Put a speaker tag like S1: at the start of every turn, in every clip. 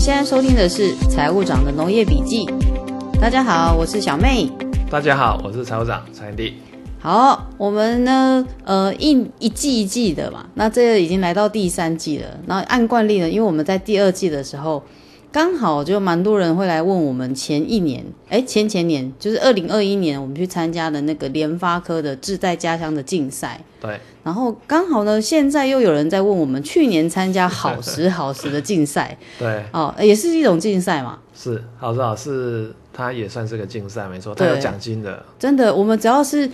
S1: 现在收听的是《财务长的农业笔记》。大家好，我是小妹。
S2: 大家好，我是财务长陈弟。
S1: 好，我们呢，呃，一一季一季的嘛，那这已经来到第三季了。然后按惯例呢，因为我们在第二季的时候，刚好就蛮多人会来问我们前一年，哎，前前年就是二零二一年，我们去参加的那个联发科的志在家乡的竞赛。
S2: 对，
S1: 然后刚好呢，现在又有人在问我们去年参加好时好时的竞赛
S2: 对，
S1: 哦，也是一种竞赛嘛。
S2: 是好是好是，它也算是个竞赛，没错，它
S1: 对
S2: 有奖金的。
S1: 真的，我们只要是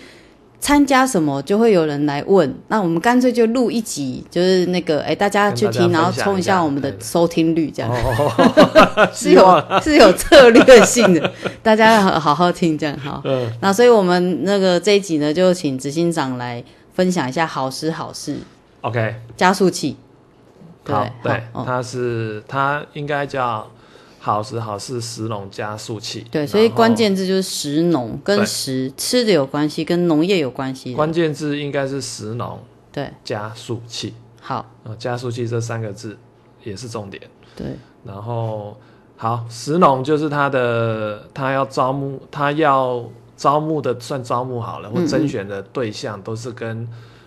S1: 参加什么，就会有人来问。那我们干脆就录一集，就是那个哎，大家去听，
S2: 跟大家
S1: 然后
S2: 分享
S1: 冲一
S2: 一下
S1: 下我们的
S2: 对对
S1: 收听率，这样、
S2: 哦，
S1: 是有是有策略性的， 大家好好好听这样哈。
S2: 嗯，
S1: 那所以我们那个这一集呢，就请执行长来分享一下好事好事
S2: OK，
S1: 加速器。对
S2: 好，对，
S1: 好哦
S2: 它是它应该叫好时好事石龙加速器。
S1: 对，所以
S2: 然后
S1: 关键字就是食农跟
S2: 对
S1: 食吃的有关系，跟农业有关系的。
S2: 关键字应该是石龙
S1: 对，
S2: 加速器
S1: 好，
S2: 啊、呃加速器这三个字也是重点。
S1: 对，
S2: 然后好，石农就是他的，他要招募，他要招募的算招募好了，或
S1: 嗯嗯
S2: 甄选的对象都是跟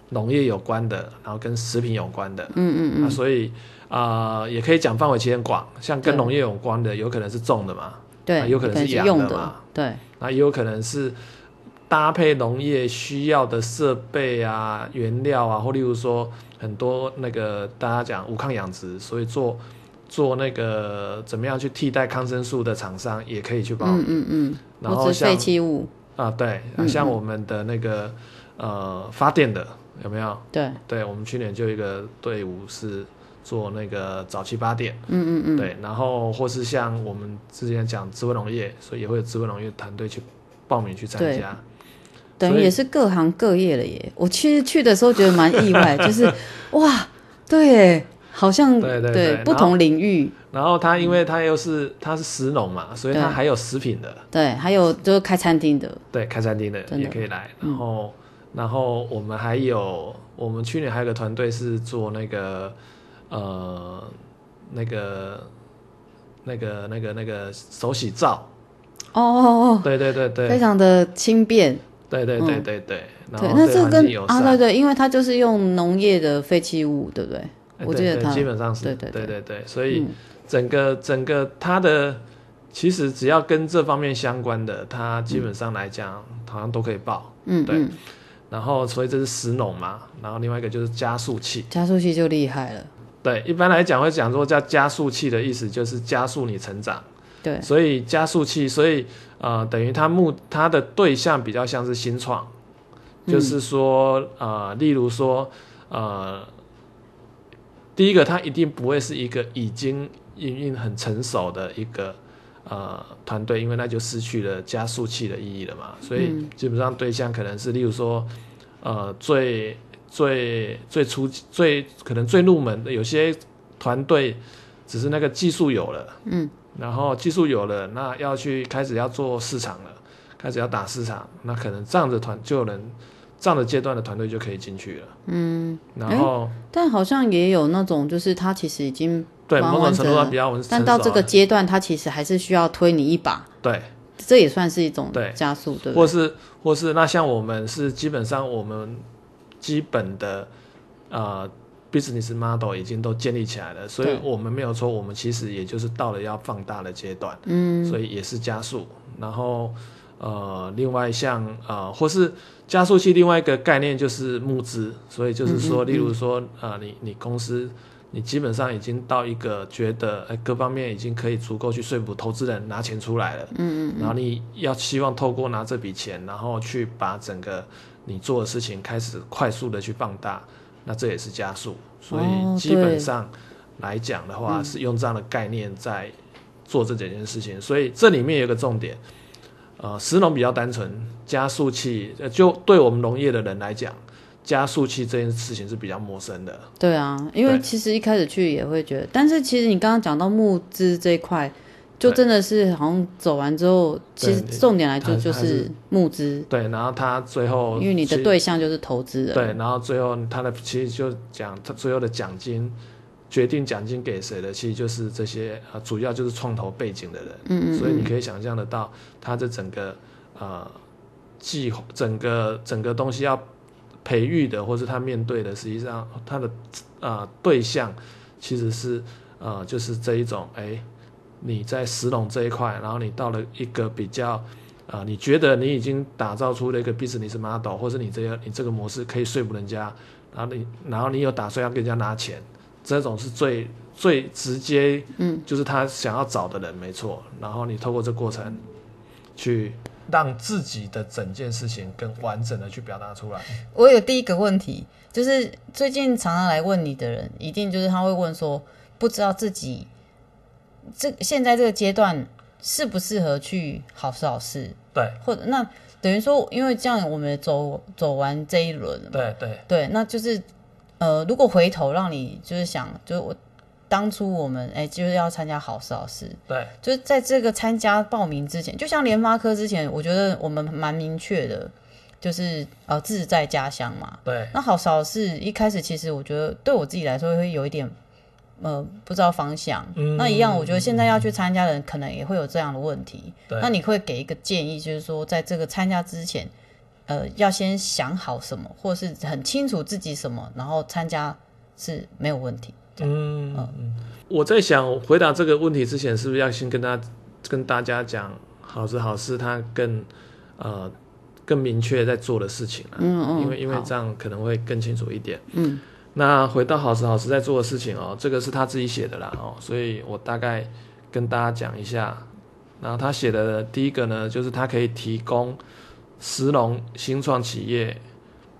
S2: 农业有关的，然后跟食品有关的，
S1: 嗯嗯
S2: 啊、所以啊、呃也可以讲范围其实很广，像跟
S1: 对
S2: 农业有关的，有可能是种的嘛，
S1: 嗯，对，
S2: 啊有可能是养的
S1: 用的
S2: 嘛，
S1: 对，
S2: 那也有可能是。搭配农业需要的设备啊、原料啊，或例如说很多那个大家讲无抗养殖，所以做做那个怎么样去替代抗生素的厂商也可以去帮我们
S1: 嗯嗯嗯，
S2: 然
S1: 物
S2: 后
S1: 质
S2: 像
S1: 废弃物，
S2: 啊，对，
S1: 嗯
S2: 像我们的那个呃发电的有没有？
S1: 对，
S2: 对，我们去年就有一个队伍是做那个早期发电，
S1: 嗯嗯嗯，
S2: 对，然后或是像我们之前讲植物农业，所以也会有植物农业团队去报名去参
S1: 对
S2: 加。
S1: 等
S2: 所
S1: 于
S2: 以
S1: 也是各行各业了耶。我其实去的时候觉得蛮意 外，就是哇，对耶，好像
S2: 对对对然
S1: 不
S2: 后
S1: 同领域，
S2: 然后它因为它又是它是食农嘛，所以它
S1: 嗯对
S2: 还有食品的，
S1: 对，还有就是开餐厅的，
S2: 对，开餐厅的
S1: 真的
S2: 也可以来。
S1: 嗯
S2: 然后，然后我们还有，我们去年还有个团队是做那个，呃，那个，那个，那个，那个手洗皂。
S1: 哦哦
S2: 对对对
S1: 哦，非
S2: 对，
S1: 常的轻便。
S2: 对对对对对。然
S1: 对，
S2: 后
S1: 那
S2: 对
S1: 这个
S2: 环境友
S1: 跟啊，对
S2: 善。
S1: 对，因为它就是用农业的废弃物，对不对？嗯
S2: 哎
S1: 我
S2: 对
S1: 记得
S2: 对
S1: 它
S2: 基本上是
S1: 对对
S2: 对
S1: 对
S2: 对对，所以整个整个它的其实只要跟这方面相关的，它基本上来讲好像都可以报。
S1: 嗯
S2: 对
S1: 嗯，
S2: 然后所以这是石农嘛，然后另外一个就是加速器。
S1: 加速器就厉害了，
S2: 对，一般来讲会讲说叫加速器的意思就是加速你成长，
S1: 对
S2: 所以加速器，所以呃，等于它目它的对象比较像是新创，就是说、呃，例如说呃，第一个它一定不会是一个已经营运很成熟的一个呃团队，因为那就失去了加速器的意义了嘛，所以基本上对象可能是例如说呃最最最初最可能最入门的，有些团队只是那个技术有了，
S1: 嗯，
S2: 然后技术有了，那要去开始要做市场了，开始要打市场，那可能这样的团就有人这样的阶段的团队就可以进去了，嗯，然后、
S1: 但好像也有那种，就是它其实已经，
S2: 对
S1: 蛮
S2: 某
S1: 完
S2: 种程度
S1: 整
S2: 上
S1: 的
S2: 比较成熟啊
S1: 但
S2: 了，
S1: 到这个阶段，它其实还是需要推你一把，
S2: 对，
S1: 这也算是一种
S2: 对
S1: 加速，对不对？
S2: 或是或是那像我们是基本上我们基本的呃 business model 已经都建立起来了，所以
S1: 对
S2: 我们没有说我们其实也就是到了要放大的阶段，
S1: 嗯，
S2: 所以也是加速。然后呃，另外像呃或是加速器另外一个概念就是募资，所以就是说，
S1: 嗯嗯
S2: 例如说呃你你公司。你基本上已经到一个觉得，哎，各方面已经可以足够去说服投资人拿钱出来了。
S1: 嗯嗯
S2: 然后你要希望透过拿这笔钱，然后去把整个你做的事情开始快速的去放大，那这也是加速。所
S1: 哦
S2: 以基本
S1: 对嗯
S2: 上来讲的话，是用这样的概念在做这几件事情。所以这里面有一个重点，呃，石农比较单纯，加速器呃就对我们农业的人来讲，加速器这件事情是比较陌生的。
S1: 对啊，因为
S2: 对
S1: 其实一开始去也会觉得，但是其实你刚刚讲到募资这一块，就
S2: 对
S1: 真的是好像走完之后，其
S2: 对
S1: 实
S2: 你
S1: 重点来就
S2: 它
S1: 就
S2: 它
S1: 是
S2: 是
S1: 募资，
S2: 对，然后他最后
S1: 因为你的
S2: 去
S1: 对象就是投资人，
S2: 对，然后最后他的其实就讲他最后的奖金决定奖金给谁的，其实就是这些呃，主要就是创投背景的人。
S1: 嗯嗯，
S2: 所以你可以想象得到，它这整个呃计划整个整个东西要培育的，或是他面对的，实际上他的呃对象其实是呃就是这一种，哎，你在石龙这一块，然后你到了一个比较。呃，你觉得你已经打造出了一个 business model，或是你这个你这个模式可以说服人家，然后你然后你有打算要跟人家拿钱，这种是最最直接，
S1: 嗯，
S2: 就是他想要找的人，没错。然后你透过这过程，去让自己的整件事情更完整的去表达出来。
S1: 我有第一个问题，就是最近常常来问你的人，一定就是他会问说，不知道自己这现在这个阶段适不适合去好事好事，
S2: 对
S1: 或者那等于说，因为这样我们走走完这一轮了嘛，
S2: 对对，
S1: 对，那就是呃，如果回头让你就是想，就是我当初我们哎、就是要参加好事好事，
S2: 对
S1: 就是在这个参加报名之前，就像联发科之前，我觉得我们蛮明确的，就是呃自在家乡嘛，
S2: 对
S1: 那好少是一开始，其实我觉得对我自己来说会有一点，呃，不知道方向。
S2: 嗯
S1: 那一样，我觉得现在要去参加的人，可能也会有这样的问题。
S2: 对
S1: 那你会给一个建议，就是说，在这个参加之前，呃，要先想好什么，或是很清楚自己什么，然后参加是没有问题。
S2: 嗯
S1: 啊
S2: 嗯，我在想回答这个问题之前，是不是要先跟大跟大家讲，好是好是他更呃更明确在做的事情啊，
S1: 嗯嗯
S2: 因为因为
S1: 好
S2: 这样可能会更清楚一点。
S1: 嗯，
S2: 那回到好时好时在做的事情哦，这个是他自己写的啦哦，所以我大概跟大家讲一下。然后他写的第一个呢，就是他可以提供石龙新创企业，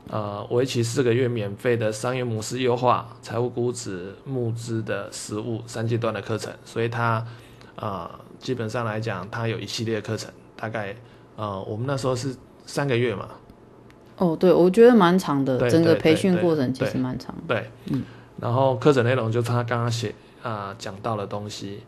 S2: 呃，为期四个月免费的商业模式优化、财务估值、募资的实务三阶段的课程，所以他呃，基本上来讲，他有一系列的课程，大概呃，我们那时候是三个月嘛，
S1: 哦，对，我觉得蛮长的
S2: 对整个对培训对过程
S1: 程
S2: 其实对
S1: 蛮长。
S2: 对，然后课程内容就是他刚刚写啊、讲到的东西。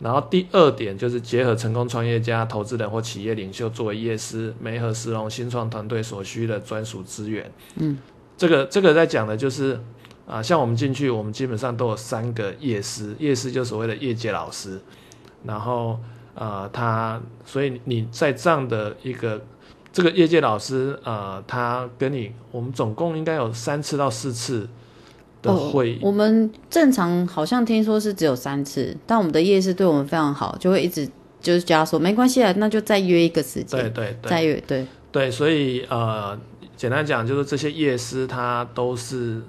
S2: 然后第二点就是结合成功创业家、投资人或企业领袖作为业师，媒合石龙新创团队所需的专属资源。
S1: 嗯，
S2: 这个这个在讲的就是啊、像我们进去，我们基本上都有三个业师，业师就所谓的业界老师。然后呃，他所以你在这样的一个这个业界老师呃，他跟你我们总共应该有三次到四次的会议。
S1: 哦我们正常好像听说是只有三次，但我们的夜市对我们非常好，就会一直就是加说没关系啊，那就再约一个时
S2: 对
S1: 间，
S2: 对对，
S1: 再约对，
S2: 对，所以呃，简单讲就是这些夜师他都是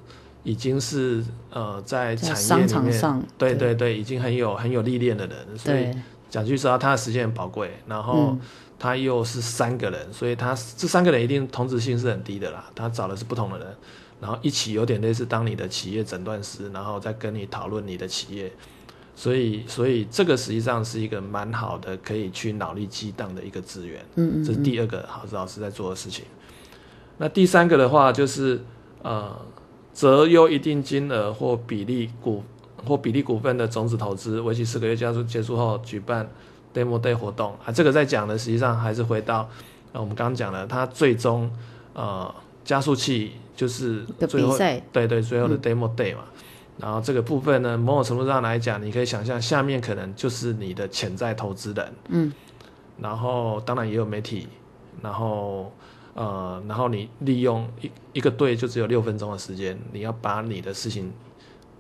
S2: 已经是呃在
S1: 在
S2: 产业
S1: 商
S2: 里
S1: 场
S2: 面，
S1: 上，嗯
S2: 对对对，已经很有很有历练的人，所以
S1: 对，
S2: 讲句实话，他的时间很宝贵，然后
S1: 嗯
S2: 他又是三个人，所以他这三个人一定同质性是很低的啦，他找的是不同的人。然后一起有点类似当你的企业诊断师，然后再跟你讨论你的企业，所以所以这个实际上是一个蛮好的可以去脑力激荡的一个资源。
S1: 嗯
S2: 这
S1: 嗯
S2: 是第二个好老师在做的事情。那第三个的话就是呃，择优一定金额或比例股或比例股份的种子投资，为期四个月加速结束后举办 demo day 活动啊。这个在讲的实际上还是回到呃我们刚刚讲的，它最终呃加速器就是
S1: 的
S2: 最
S1: 比
S2: 后
S1: 赛，嗯
S2: 对对，最后的 demo day 嘛。然后这个部分呢，某种程度上来讲，你可以想象下面可能就是你的潜在投资人，
S1: 嗯，
S2: 然后当然也有媒体，然后呃，然后你利用一一个队就只有六分钟的时间，你要把你的事情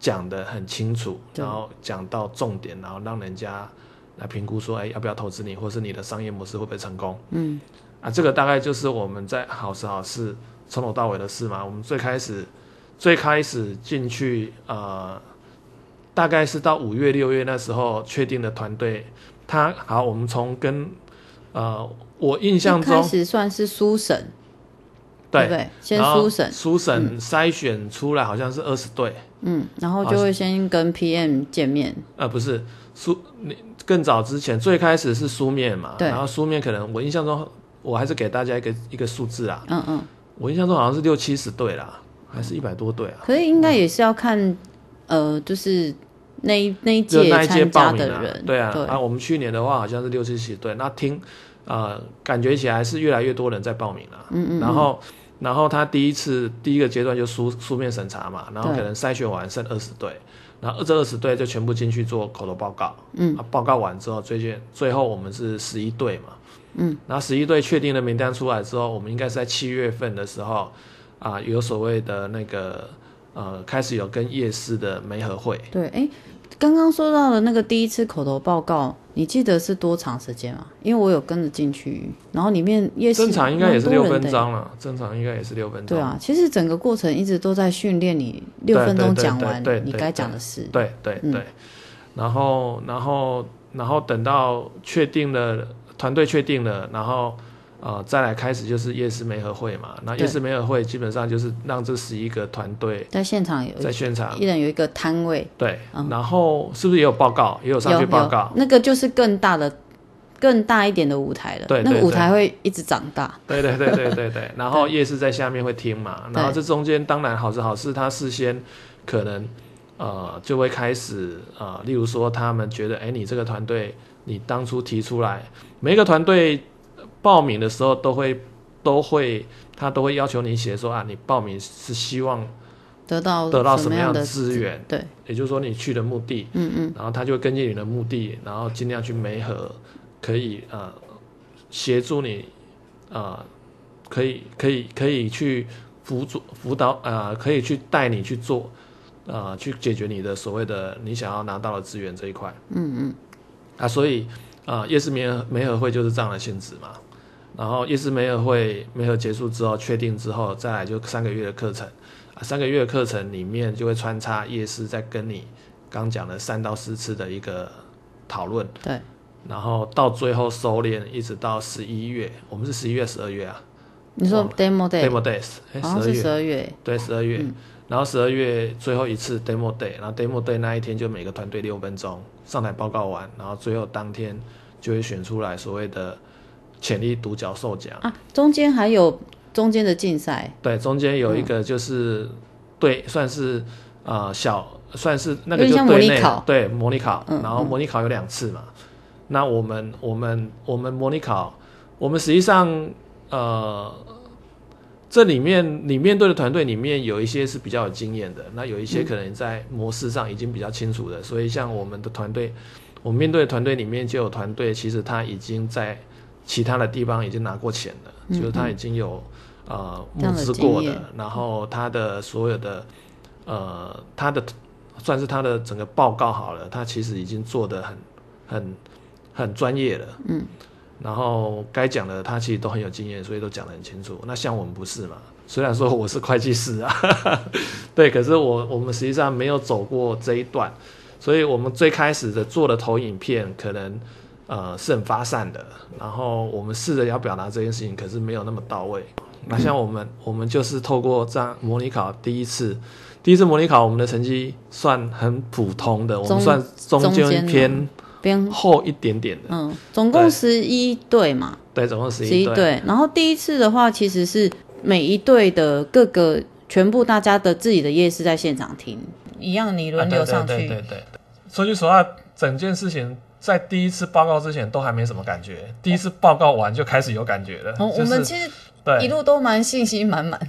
S2: 讲得很清楚，
S1: 对
S2: 然后讲到重点，然后让人家来评估说，哎，要不要投资你，或是你的商业模式会不会成功。
S1: 嗯，
S2: 啊，这个大概就是我们在好时好事从头到尾的事嘛。我们最开始最开始进去，呃，大概是到五月六月那时候确定的团队。他好，我们从跟呃，我印象
S1: 一开
S2: 中
S1: 始算是书审，对
S2: 对
S1: 不对？先嗯
S2: 然后
S1: 书审，
S2: 初审筛选出来好像是二十队，
S1: 嗯，然后就会先跟 PM 见面，
S2: 呃，不是书，你更早之前最开始是书面嘛，
S1: 对
S2: 然后书面可能我印象中我还是给大家一个一个数字啊，
S1: 嗯嗯，
S2: 我印象中好像是六七十队啦，还是一百多队啊。
S1: 可是应该也是要看，呃，就是那一那一
S2: 就
S1: 届
S2: 那一届
S1: 参
S2: 报
S1: 加
S2: 名
S1: 的
S2: 啊
S1: 人，
S2: 对啊，
S1: 对
S2: 啊，我们去年的话好像是六七十对，那听，呃，感觉起来是越来越多人在报名了、嗯嗯然后，然后他第一次第一个阶段就书书面审查嘛，然后
S1: 对
S2: 可能筛选完剩二十队，然后这二十队就全部进去做口头报告，
S1: 嗯
S2: 啊，报告完之后，最近最后我们是十一队嘛，
S1: 嗯，
S2: 然后十一队确定了名单出来之后，我们应该是在七月份的时候啊，有所谓的那个呃，开始有跟夜市的媒合会，
S1: 对，哎，刚刚说到的那个第一次口头报告，你记得是多长时间吗？因为我有跟着进去，然后里面也是
S2: 正常应该也是
S1: 蛮
S2: 六
S1: 多人
S2: 分
S1: 的耶
S2: 章了，正常应该也是六分章，
S1: 对啊，其实整个过程一直都在训练你六
S2: 对
S1: 分
S2: 对
S1: 钟
S2: 对
S1: 讲
S2: 对
S1: 完
S2: 对
S1: 你
S2: 对
S1: 该
S2: 对
S1: 讲的事。
S2: 对对
S1: 嗯
S2: 对，然后然后然后等到确定了团队确定了，然后呃再来开始就是夜市媒合会嘛。那夜
S1: 对
S2: 市媒合会基本上就是让这十一个团队
S1: 在现场有
S2: 在现场
S1: 一人有一个摊位，
S2: 对
S1: 嗯，
S2: 然后是不是也有报告，也有上去报告？
S1: 那个就是更大的、更大一点的舞台了。
S2: 对
S1: 那
S2: 对
S1: 个舞
S2: 对
S1: 台会一直长大。
S2: 对对对对对对，然后夜市在下面会听嘛，然后这中间当然好是好事，他事先可能呃就会开始呃，例如说他们觉得，哎，你这个团队你当初提出来，每一个团队报名的时候都会都会他都会要求你写说啊，你报名是希望，
S1: 得到
S2: 得到什么
S1: 样
S2: 样
S1: 的
S2: 资源？
S1: 对，
S2: 也哦就是说你去的目的，
S1: 嗯嗯，
S2: 然后他就会根据你的目的，然后尽量去媒合，可以呃协助你，呃，可以可以可以去辅助辅导，呃，可以去带你去做，呃，去解决你的所谓的你想要拿到的资源这一块。嗯嗯。啊，所以啊、呃夜市媒合媒合会就是这样的性质嘛。然后夜市媒合会媒合结束之后，确定之后，再来就三个月的课程。啊，三个月的课程里面就会穿插夜市在跟你刚讲的三到四次的一个讨论，
S1: 对，
S2: 然后到最后收敛，一直到十一月，我们是十一月、十二月啊
S1: 你说
S2: 忘了
S1: demo day
S2: ，demo days，哎，
S1: 好像
S2: 十二
S1: 哦是十
S2: 月，
S1: 二月，
S2: 对，十二月，然后十二月最后一次 demo day，然后 demo day 那一天就每个团队六分钟上台报告完，然后最后当天就会选出来所谓的潜力独角兽奖。
S1: 啊，中间还有中间的竞赛，
S2: 对，中间有一
S1: 嗯
S2: 个就是、对，算是呃小，算是那个
S1: 有点
S2: 就
S1: 像模
S2: 对
S1: 拟
S2: 内
S1: 考
S2: 对模拟考，
S1: 嗯
S2: 然后模拟考有两次嘛。那我们我们我们模拟考，我们实际上呃，这里面你面对的团队里面有一些是比较有经验的，那有一
S1: 嗯
S2: 些可能在模式上已经比较清楚的，所以像我们的团队，我们面对的团队里面就有团队，其实他已经在其他的地方已经拿过钱了，
S1: 嗯
S2: 就是他已经有呃
S1: 这样
S2: 募
S1: 的
S2: 资过
S1: 经
S2: 的
S1: 验，
S2: 然后他的所有的呃他的算是他的整个报告好了，他其实已经做的很很很专业了，
S1: 嗯，
S2: 然后该讲的他其实都很有经验，所以都讲得很清楚。那像我们不是嘛？虽然说我是会计师啊， 对，可是我我们实际上没有走过这一段，所以我们最开始的做的投影片可能呃是很发散的，然后我们试着要表达这件事情，可是没有那么到位。那像我们，我们就是透过这样模拟考第一次，第一次模拟考我们的成绩算很普通的，我
S1: 中
S2: 们算中
S1: 中间
S2: 间
S1: 的
S2: 偏
S1: 边
S2: 后一点点的，
S1: 嗯，总共
S2: 对
S1: 十一队嘛，
S2: 对，总共十
S1: 十一
S2: 一队。
S1: 队。然后第一次的话，其实是每一队的各个全部大家的自己的夜市在现场听，一样你轮流上去。
S2: 啊对对对对对说句实话，整件事情在第一次报告之前都还没什么感觉，第一次报告完就开始有感觉了。
S1: 哦
S2: 就是、
S1: 我们其实一
S2: 对，
S1: 路都蛮信心满满。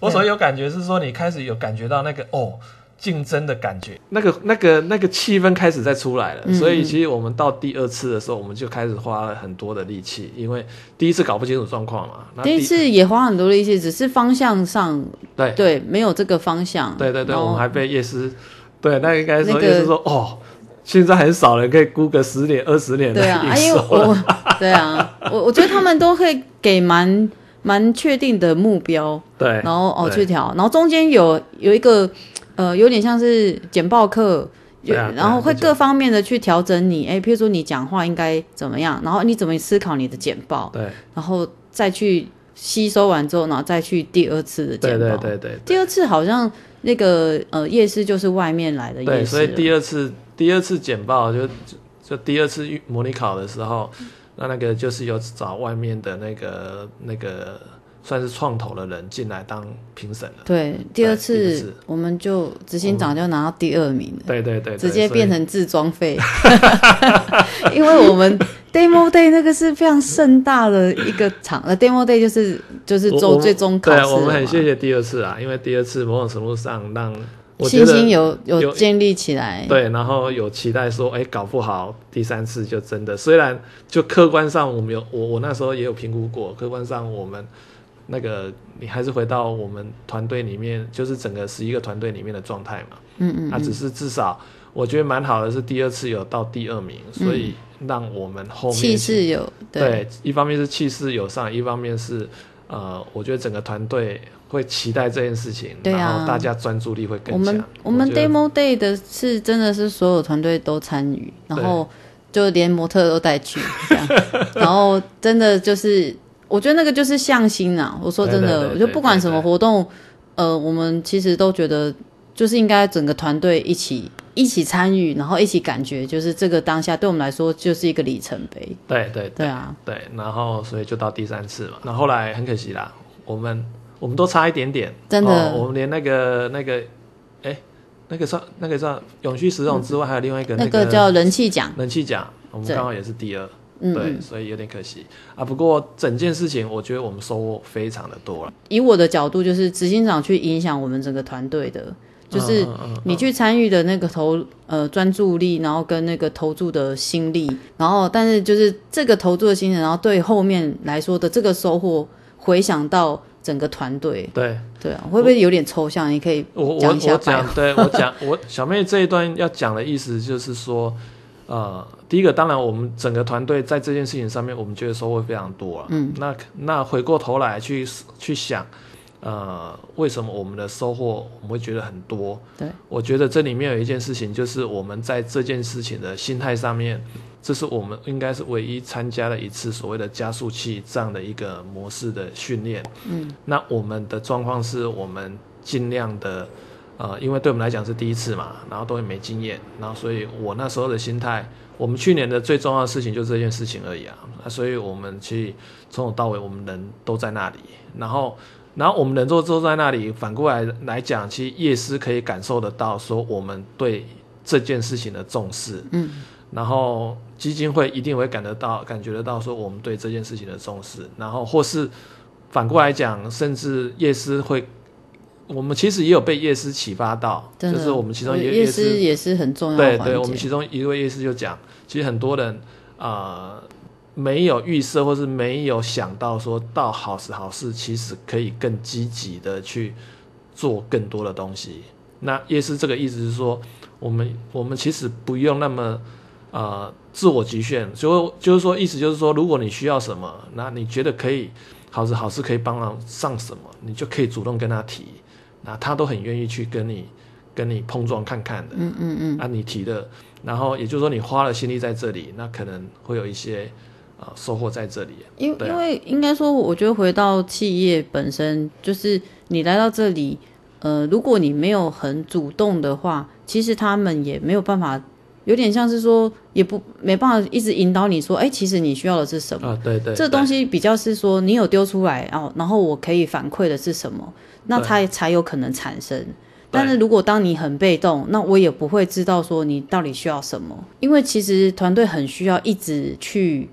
S2: 我所谓有感觉是说你开始有感觉到那个哦。竞争的感觉，那个、那个、那个气氛开始在出来了，
S1: 嗯
S2: 所以其实我们到第二次的时候，我们就开始花了很多的力气，因为第一次搞不清楚状况嘛。那
S1: 第一次也花很多力气，只是方向上
S2: 对
S1: 对没有这个方向。
S2: 对对对，
S1: 然后
S2: 我们还被夜师，对，那应该说
S1: 哦那个
S2: 夜师说哦，现在很少人可以估个十年、二十年的
S1: 对啊，
S2: 营
S1: 哎呦，
S2: 收了。
S1: 我对啊，我我觉得他们都会给蛮蛮确定的目标，
S2: 对，
S1: 然后哦
S2: 对
S1: 去调，然后中间有有一个呃有点像是简报课。有
S2: 对啊对啊
S1: 然后会
S2: 就
S1: 各方面的去调整你，哎，譬如说你讲话应该怎么样，然后你怎么思考你的简报，
S2: 对
S1: 然后再去吸收完之后，然后再去第二次的简
S2: 对
S1: 报。
S2: 对对对
S1: 第二次好像那个呃夜市就是外面来的夜
S2: 对，
S1: 市，
S2: 所以第二次第二次简报就就就第二次预模拟考的时候，那那个就是有找外面的那个那个算是创投的人进来当评审了。
S1: 对第二
S2: 第二
S1: 次
S2: 次
S1: 我们就执行长就拿到第二名了，
S2: 对嗯对对，对
S1: 直接
S2: 所以
S1: 变成自装费， 因为我们 demo day 那个是非常盛大的一个场，呃 demo day 就是就是
S2: 我
S1: 周
S2: 我
S1: 最终考试
S2: 对，我们
S1: 了
S2: 很
S1: 嘛
S2: 谢谢第二次啊，因为第二次某种程度上让我觉
S1: 信
S2: 得
S1: 心有
S2: 有
S1: 有建立起来，
S2: 对，然后有期待说，哎，搞不好第三次就真的。虽然就客观上我们有我我那时候也有评估过，客观上我们那个你还是回到我们团队里面，就是整个十一个团队里面的状态嘛。
S1: 嗯嗯，
S2: 那、只是至少我觉得蛮好的是第二次有到第二名，所以让我们后面
S1: 气
S2: 其
S1: 势有对，
S2: 对，一方面是气势有上，一方面是呃，我觉得整个团队会期待这件事情，
S1: 对啊
S2: 然后大家专注力会
S1: 我
S2: 更强
S1: 们。我们
S2: 觉得
S1: demo day 的是真的是所有团队都参与，然后就连模特都带去，这 样，然后真的就是我觉得那个就是向心啊。我说真
S2: 对对
S1: 的，
S2: 对
S1: 我就不管
S2: 对对
S1: 什么活动，呃，我们其实都觉得就是应该整个团队一起一起参与，然后一起感觉就是这个当下对我们来说就是一个里程碑。
S2: 对对
S1: 对啊，
S2: 对，然后所以就到第三次嘛。那后来很可惜啦，我们我们都差一点点，
S1: 真的
S2: 哦我们连那个那个，哎，那个算那个算永续食种之外，还有另外一个
S1: 嗯那
S2: 个
S1: 个叫人气奖，
S2: 人气奖，我们
S1: 对
S2: 刚好也是第二，
S1: 嗯
S2: 对，所以有点可惜啊。不过整件事情，我觉得我们收获非常的多了，
S1: 以我的角度，就是执行长去影响我们整个团队的，就是
S2: 嗯嗯嗯
S1: 你去参与的那个投呃专注力，然后跟那个投注的心力，然后但是就是这个投注的心力，然后对后面来说的这个收获，回想到整个团队，
S2: 对。
S1: 对啊，会不会有点抽象？你可以
S2: 我我
S1: 讲一下
S2: 我
S1: 白话
S2: 讲，对我讲，我小妹这一段要讲的意思就是说，呃，第一个，当然我们整个团队在这件事情上面，我们觉得收获非常多了。嗯，那那回过头来去去想，呃，为什么我们的收获我们会觉得很多？
S1: 对，
S2: 我觉得这里面有一件事情，就是我们在这件事情的心态上面，这是我们应该是唯一参加了一次所谓的加速器这样的一个模式的训练。嗯，那我们的状况是我们尽量的，呃，因为对我们来讲是第一次嘛，然后都也没经验，然后所以我那时候的心态，我们去年的最重要的事情就是这件事情而已啊，啊所以我们去从头到尾我们人都在那里，然后。然后我们人都都在那里，反过来来讲，其实夜师可以感受得到，说我们对这件事情的重视，
S1: 嗯，
S2: 然后基金会一定会感得到、感觉得到，说我们对这件事情的重视，然后或是反过来讲，甚至夜师会，我们其实也有被夜师启发到，
S1: 真
S2: 就
S1: 的，
S2: 是我们其中一个
S1: 夜
S2: 夜
S1: 师也是很重要的
S2: 对
S1: 环节，
S2: 对，我们其中一位夜师就讲，其实很多人啊、呃没有预设或是没有想到说到好时好事，其实可以更积极的去做更多的东西。那夜师这个意思是说，我们我们其实不用那么呃自我局限，就就是说意思就是说，如果你需要什么，那你觉得可以好时好事可以帮忙上什么，你就可以主动跟他提，那他都很愿意去跟你跟你碰撞看看的。
S1: 嗯嗯嗯，
S2: 啊，你提的，然后也就是说你花了心力在这里，那可能会有一些呃收获在这里。
S1: 因
S2: 对啊
S1: 因为应该说，我觉得回到企业本身，就是你来到这里，呃，如果你没有很主动的话，其实他们也没有办法，有点像是说，也不没办法一直引导你说，哎、其实你需要的是什么。
S2: 啊，对对，
S1: 这
S2: 对
S1: 东西比较是说，你有丢出来哦，然后我可以反馈的是什么，那它才有可能产生。但是如果当你很被动，那我也不会知道说你到底需要什么，因为其实团队很需要一直去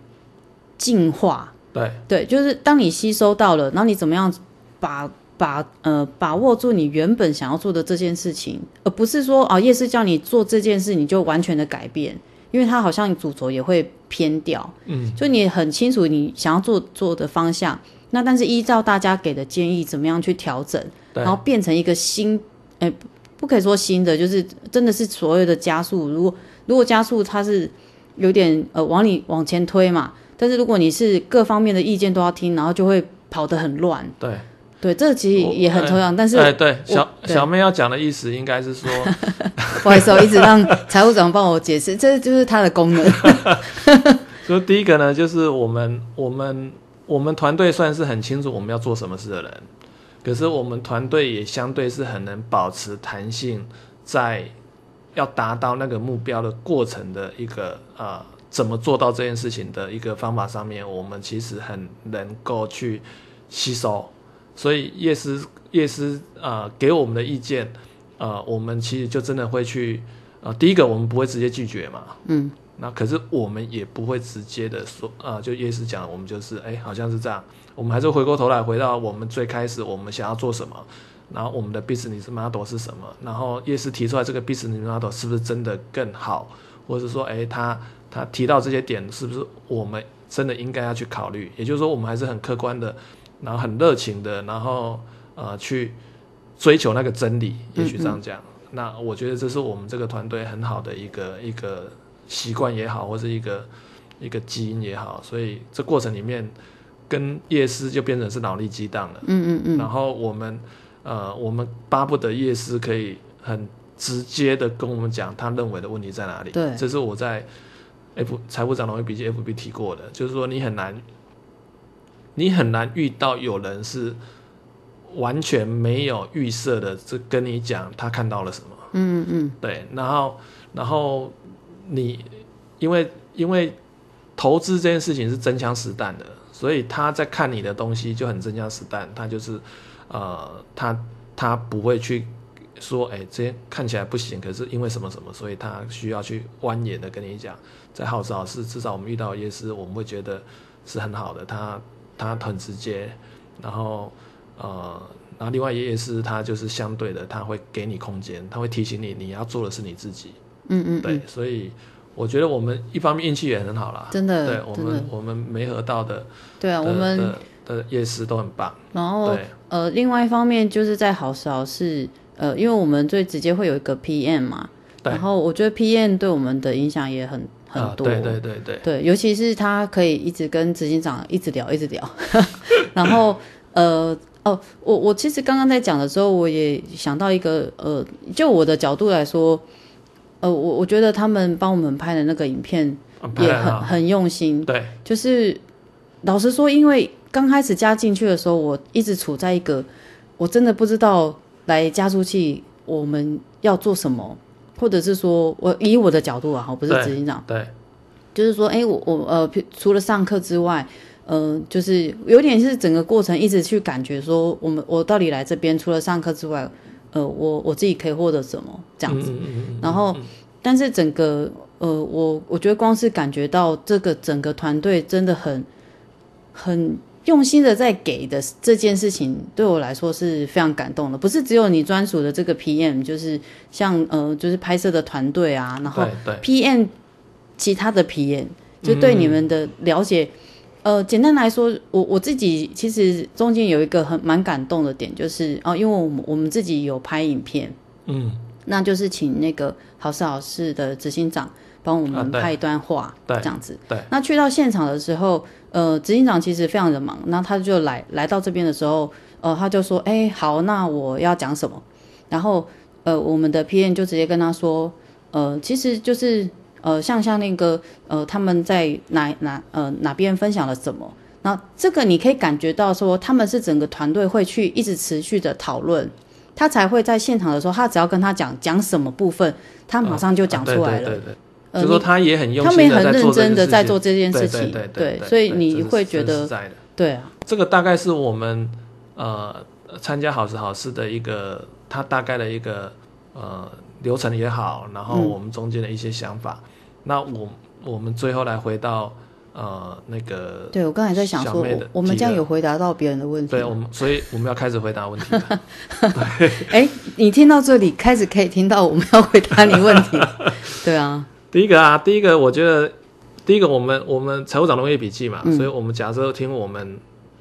S1: 进化，
S2: 对
S1: 对，就是当你吸收到了，然后你怎么样把把呃把握住你原本想要做的这件事情，而不是说啊夜市叫你做这件事你就完全的改变，因为它好像主轴也会偏掉。
S2: 嗯，
S1: 就你很清楚你想要做做的方向，那但是依照大家给的建议怎么样去调整，
S2: 对
S1: 然后变成一个新，哎、不不可以说新的，就是真的是所有的加速。如果如果加速它是有点呃往里往前推嘛，但是如果你是各方面的意见都要听，然后就会跑得很乱。
S2: 对，
S1: 对，这其实
S2: 我
S1: 也很重要，但是
S2: 哎对，小
S1: 对
S2: 小妹要讲的意思应该是说，
S1: 不好意思，我一直让财务长帮我解释， 这就是它的 功能。
S2: 说第一个呢，就是我们我们我们团队算是很清楚我们要做什么事的人，可是我们团队也相对是很能保持弹性，在要达到那个目标的过程的一个呃，怎么做到这件事情的一个方法上面，我们其实很能够去吸收。所以叶师叶师呃给我们的意见，呃，我们其实就真的会去呃，第一个我们不会直接拒绝嘛，
S1: 嗯，
S2: 那可是我们也不会直接的说啊、呃就叶师讲，我们就是哎，好像是这样，我们还是回过头来回到我们最开始我们想要做什么，然后我们的 business model 是什么？然后夜市提出来这个 business model 是不是真的更好？或者是说，哎，他他提到这些点，是不是我们真的应该要去考虑？也就是说，我们还是很客观的，然后很热情的，然后呃，去追求那个真理。也许这样讲，那我觉得这是我们这个团队很好的一个一个习惯也好，或是一个一个基因也好。所以这过程里面，跟夜市就变成是脑力激荡了。
S1: 嗯嗯嗯，
S2: 然后我们呃，我们巴不得夜师可以很直接的跟我们讲他认为的问题在哪里。
S1: 对
S2: 这是我在 F 财务长容易笔记 FB 提过的，就是说你很难，你很难遇到有人是完全没有预设的，这跟你讲他看到了什么。
S1: 嗯嗯
S2: 对，然后然后你因为因为投资这件事情是真枪实弹的，所以他在看你的东西就很真枪实弹，他就是呃他他不会去说哎这看起来不行，可是因为什么什么，所以他需要去蜿蜒的跟你讲，在好少是至少我们遇到的夜市，我们会觉得是很好的，他他很直接，然后呃，然后另外一也是它就是相对的，它会给你空间，它会提醒你你要做的是你自己。
S1: 嗯嗯，
S2: 对，所以我觉得我们一方面运气也很好啦，
S1: 真的
S2: 对我
S1: 真的
S2: 们我们没合到的，
S1: 对啊，
S2: 的
S1: 我们
S2: 的的夜市都很棒。
S1: 然后
S2: 对，
S1: 呃，另外一方面就是在好少是呃，因为我们最直接会有一个 PM 嘛，
S2: 对
S1: 然后我觉得 PM 对我们的影响也很
S2: 啊
S1: 很多，
S2: 对对对对，
S1: 对，尤其是他可以一直跟执行长一直聊，一直聊。 然后，呃，哦，我我其实刚刚在讲的时候，我也想到一个，呃，就我的角度来说，呃，我我觉得他们帮我们拍的那个影片
S2: 啊
S1: 也
S2: 拍得很
S1: 很
S2: 好，
S1: 很用心。
S2: 对
S1: 就是老实说，因为刚开始加进去的时候，我一直处在一个我真的不知道来加速器我们要做什么，或者是说我以我的角度啊，我不是
S2: 对
S1: 执行长。
S2: 对
S1: 就是说，哎、我我呃，譬除了上课之外，呃，就是有点是整个过程一直去感觉说，我们我到底来这边除了上课之外，呃，我我自己可以获得什么这样子。
S2: 嗯嗯嗯嗯
S1: 然后，但是整个呃，我我觉得光是感觉到这个整个团队真的很很用心的在给的这件事情，对我来说是非常感动的。不是只有你专属的这个 PM，就是像呃，就是拍摄的团队啊，然后
S2: 对对
S1: PM 其他的 PM，就对你们的了
S2: 嗯
S1: 解，呃，简单来说，我我自己其实中间有一个很蛮感动的点，就是哦，因为我们我们自己有拍影片，
S2: 嗯
S1: 那就是请那个好事好事的执行长帮我
S2: 啊
S1: 们
S2: 对
S1: 拍一段话，
S2: 对
S1: 这样子。
S2: 对，
S1: 那去到现场的时候，呃，执行长其实非常的忙，那他就来来到这边的时候，呃，他就说，哎、好，那我要讲什么？然后，呃，我们的 PM 就直接跟他说，呃，其实就是呃，像像那个呃，他们在哪哪呃哪边分享了什么。那这个你可以感觉到说，他们是整个团队会去一直持续的讨论，他才会在现场的时候，他只要跟他讲讲什么部分，他马上就讲出来了。
S2: 啊对对对对，
S1: 呃
S2: 就说他也很用
S1: 他
S2: 心，
S1: 们也很认真的在
S2: 在
S1: 做这件事情，
S2: 对对，
S1: 所以
S2: 对
S1: 你
S2: 这是
S1: 会觉
S2: 这是
S1: 得
S2: 实，在的。
S1: 对啊，
S2: 这个大概是我们呃参加好时好事的一个，它大概的一个呃流程也好，然后我们中间的一些想法。那我我们最后来回到呃那个，
S1: 对我刚才在想
S2: 小
S1: 说，
S2: 妹
S1: 我
S2: 的
S1: 我们这样
S2: 提的
S1: 有回答到别人的问题
S2: 对
S1: 吗，
S2: 我们，所以我们要开始回答问题了。
S1: 哎，你听到这里开始可以听到我们要回答你问 题了，对啊，
S2: 第一个啊，第一个我觉得，第一个我们我们财务长农业笔记嘛，所以我们假设听我们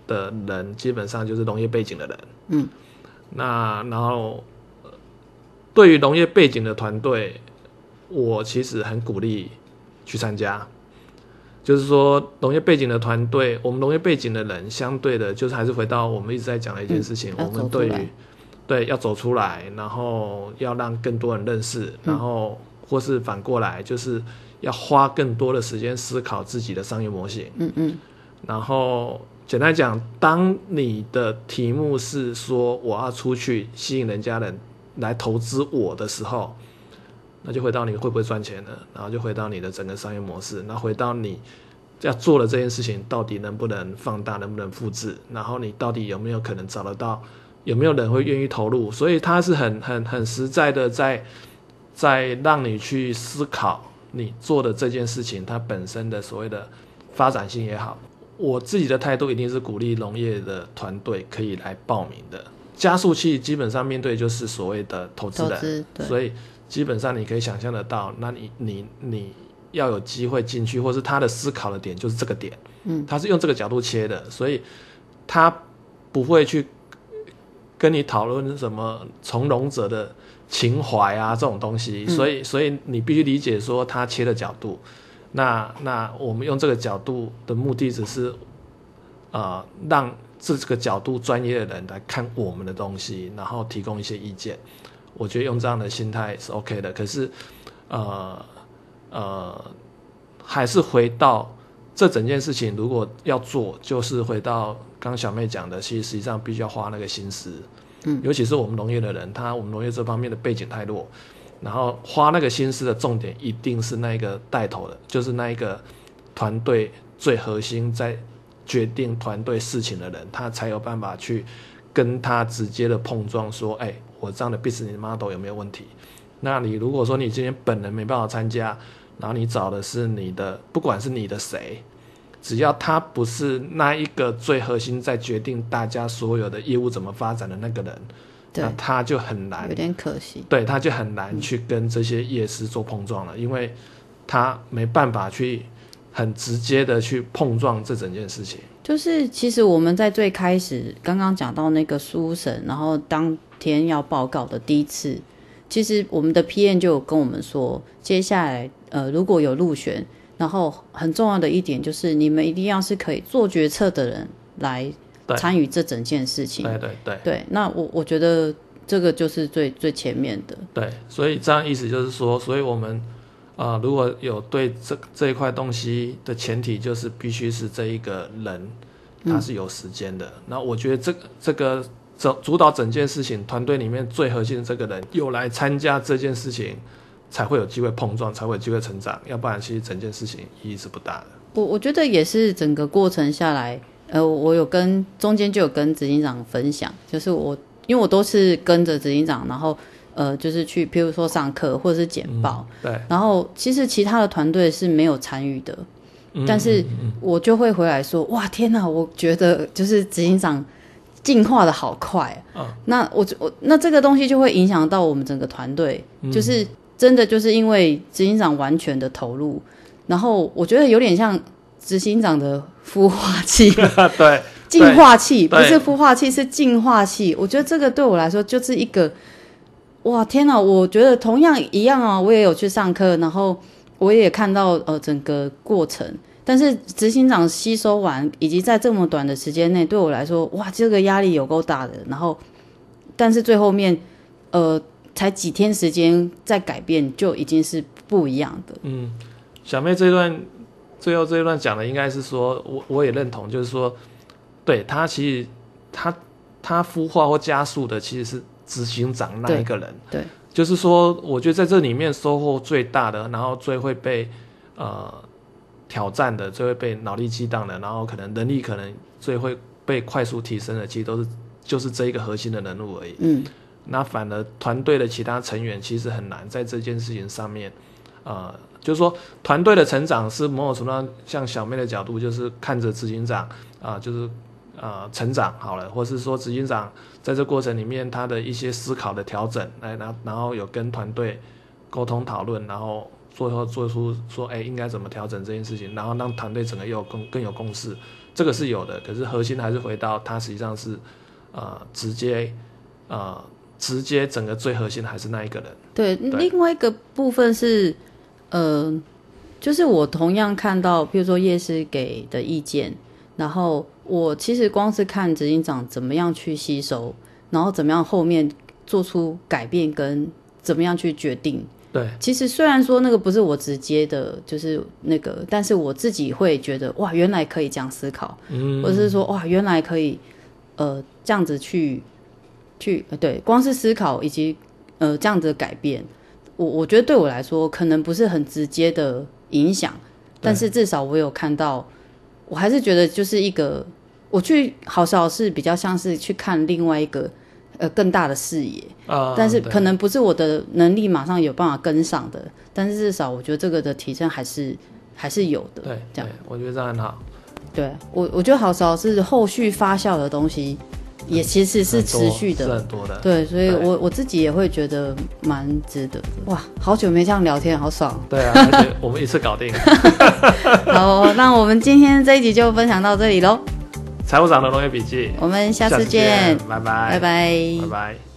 S2: 的人基本上就是农业背景的人，
S1: 嗯，
S2: 那然后呃对于农业背景的团队，我其实很鼓励去参加。就是说，农业背景的团队，我们农业背景的人，相对的，就是还是回到我们一直在讲的一件事情，
S1: 嗯
S2: 我
S1: 要走
S2: 们
S1: 出
S2: 对
S1: 来
S2: 于对，要走出来，然后要让更多人认识，
S1: 嗯
S2: 然后或是反过来，就是要花更多的时间思考自己的商业模型。
S1: 嗯嗯
S2: 然后简单讲，当你的题目是说我要出去吸引人家人来投资我的时候，那就回到你会不会赚钱了，然后就回到你的整个商业模式，那回到你要做的这件事情到底能不能放大，能不能复制，然后你到底有没有可能找得到，有没有人会愿意投入，所以它是很很很实在的在在让你去思考你做的这件事情它本身的所谓的发展性也好，我自己的态度一定是鼓励农业的团队可以来报名的，加速器基本上面对就是所谓的投资
S1: 投
S2: 人，
S1: 资对，
S2: 所以基本上你可以想象得到，那你你你要有机会进去，或是他的思考的点就是这个点，
S1: 嗯，
S2: 他是用这个角度切的，所以他不会去跟你讨论什么从容者的情怀啊这种东西，
S1: 嗯
S2: 所以所以你必须理解说他切的角度。那那我们用这个角度的目的只是，呃，让这个角度专业的人来看我们的东西，然后提供一些意见。我觉得用这样的心态是 OK 的。可是，呃呃，还是回到这整件事情，如果要做，就是回到刚小妹讲的，其实实际上必须要花那个心思。
S1: 嗯
S2: 尤其是我们农业的人，他我们农业这方面的背景太弱，然后花那个心思的重点一定是那一个带头的，就是那一个团队最核心在决定团队事情的人，他才有办法去跟他直接的碰撞，说，哎、我这样的 business model 有没有问题？那你如果说你今天本人没办法参加，然后你找的是你的，不管是你的谁，只要他不是那一个最核心在决定大家所有的业务怎么发展的那个人，
S1: 对
S2: 那，他就很难
S1: 有点可惜，
S2: 对，他就很难去跟这些夜市做碰撞了，因为他没办法去很直接的去碰撞这整件事情。
S1: 就是其实我们在最开始刚刚讲到那个书审，然后当天要报告的第一次，其实我们的 PM 就有跟我们说，接下来呃如果有入选，然后很重要的一点就是你们一定要是可以做决策的人来
S2: 对
S1: 参与这整件事情。
S2: 对对对
S1: 对，那我我觉得这个就是最最前面的，
S2: 对，所以这样意思就是说，所以我们啊、呃如果有对这这一块东西的前提，就是必须是这一个人他是有时间的。那我觉得这个这个主主导整件事情团队里面最核心的这个人有来参加这件事情，才会有机会碰撞，才会有机会成长，要不然其实整件事情意义是不大的。
S1: 我我觉得也是整个过程下来，呃，我有跟中间就有跟执行长分享，就是我因为我都是跟着执行长，然后呃，就是去譬如说上课或者是简报，
S2: 对，
S1: 然后其实其他的团队是没有参与的，
S2: 嗯
S1: 但是我就会回来说，哇，天哪，我觉得就是执行长进化的好快、啊
S2: 嗯
S1: 那我我那这个东西就会影响到我们整个团队，
S2: 嗯
S1: 就是真的就是因为执行长完全的投入，然后我觉得有点像执行长的孵化器、
S2: 对
S1: 净化器，不
S2: 对
S1: 是孵化器，是净化器。我觉得这个对我来说就是一个，哇，天哪！我觉得同样一样啊，我也有去上课，然后我也看到呃整个过程。但是执行长吸收完，以及在这么短的时间内，对我来说，哇，这个压力有够大的。然后，但是最后面，呃，才几天时间再改变，就已经是不一样的。
S2: 嗯，小妹这一段最后这一段讲的应该是说，我我也认同，就是说，对他其实他他孵化或加速的其实是执行长那
S1: 对
S2: 一个人，
S1: 对，
S2: 就是说，我觉得在这里面收获最大的，然后最会被呃挑战的，最会被脑力激荡的，然后可能能力可能最会被快速提升的，其实都是就是这一个核心的人物而已。
S1: 嗯，
S2: 那反而团队的其他成员其实很难在这件事情上面，呃，就是说团队的成长是某种程度上像小妹的角度，就是看着执行长啊、就是呃成长好了，或是说执行长在这过程里面他的一些思考的调整，来，然后然后有跟团队沟通讨论，然后最后做出说，哎，应该怎么调整这件事情，然后让团队整个有更更有共识，这个是有的，可是核心还是回到它实际上是呃直接呃直接整个最核心的还是那一个人。
S1: 对，另外一个部分是，呃，就是我同样看到，譬如说夜市给的意见，然后我其实光是看执行长怎么样去吸收，然后怎么样后面做出改变跟怎么样去决定。
S2: 对
S1: 其实虽然说那个不是我直接的，就是那个，但是我自己会觉得哇，原来可以这样思考，
S2: 嗯
S1: 或者是说哇，原来可以呃这样子去去呃对，光是思考以及呃这样子的改变，我我觉得对我来说可能不是很直接的影响，但是至少我有看到，我还是觉得就是一个我去好少是比较像是去看另外一个呃更大的视野，
S2: 啊
S1: 但是
S2: 对
S1: 可能不是我的能力马上有办法跟上的，但是至少我觉得这个的提升还是还是有的。
S2: 对
S1: 这
S2: 对
S1: 样，
S2: 我觉得这样很好。
S1: 对我，我觉得好少是后续发酵的东西，也其实是
S2: 很多
S1: 持续
S2: 是
S1: 的。
S2: 很多的。
S1: 对，所以
S2: 对
S1: 我我自己也会觉得蛮值得的。哇，好久没这样聊天，好爽。啊
S2: 对啊，而且我们一次搞 定。
S1: 好，那我们今天这一集就分享到这里喽，
S2: 财务长的农业笔记，
S1: 我们下
S2: 下
S1: 次
S2: 次
S1: 见，
S2: 见，拜
S1: 拜
S2: 拜，
S1: 拜
S2: 拜拜。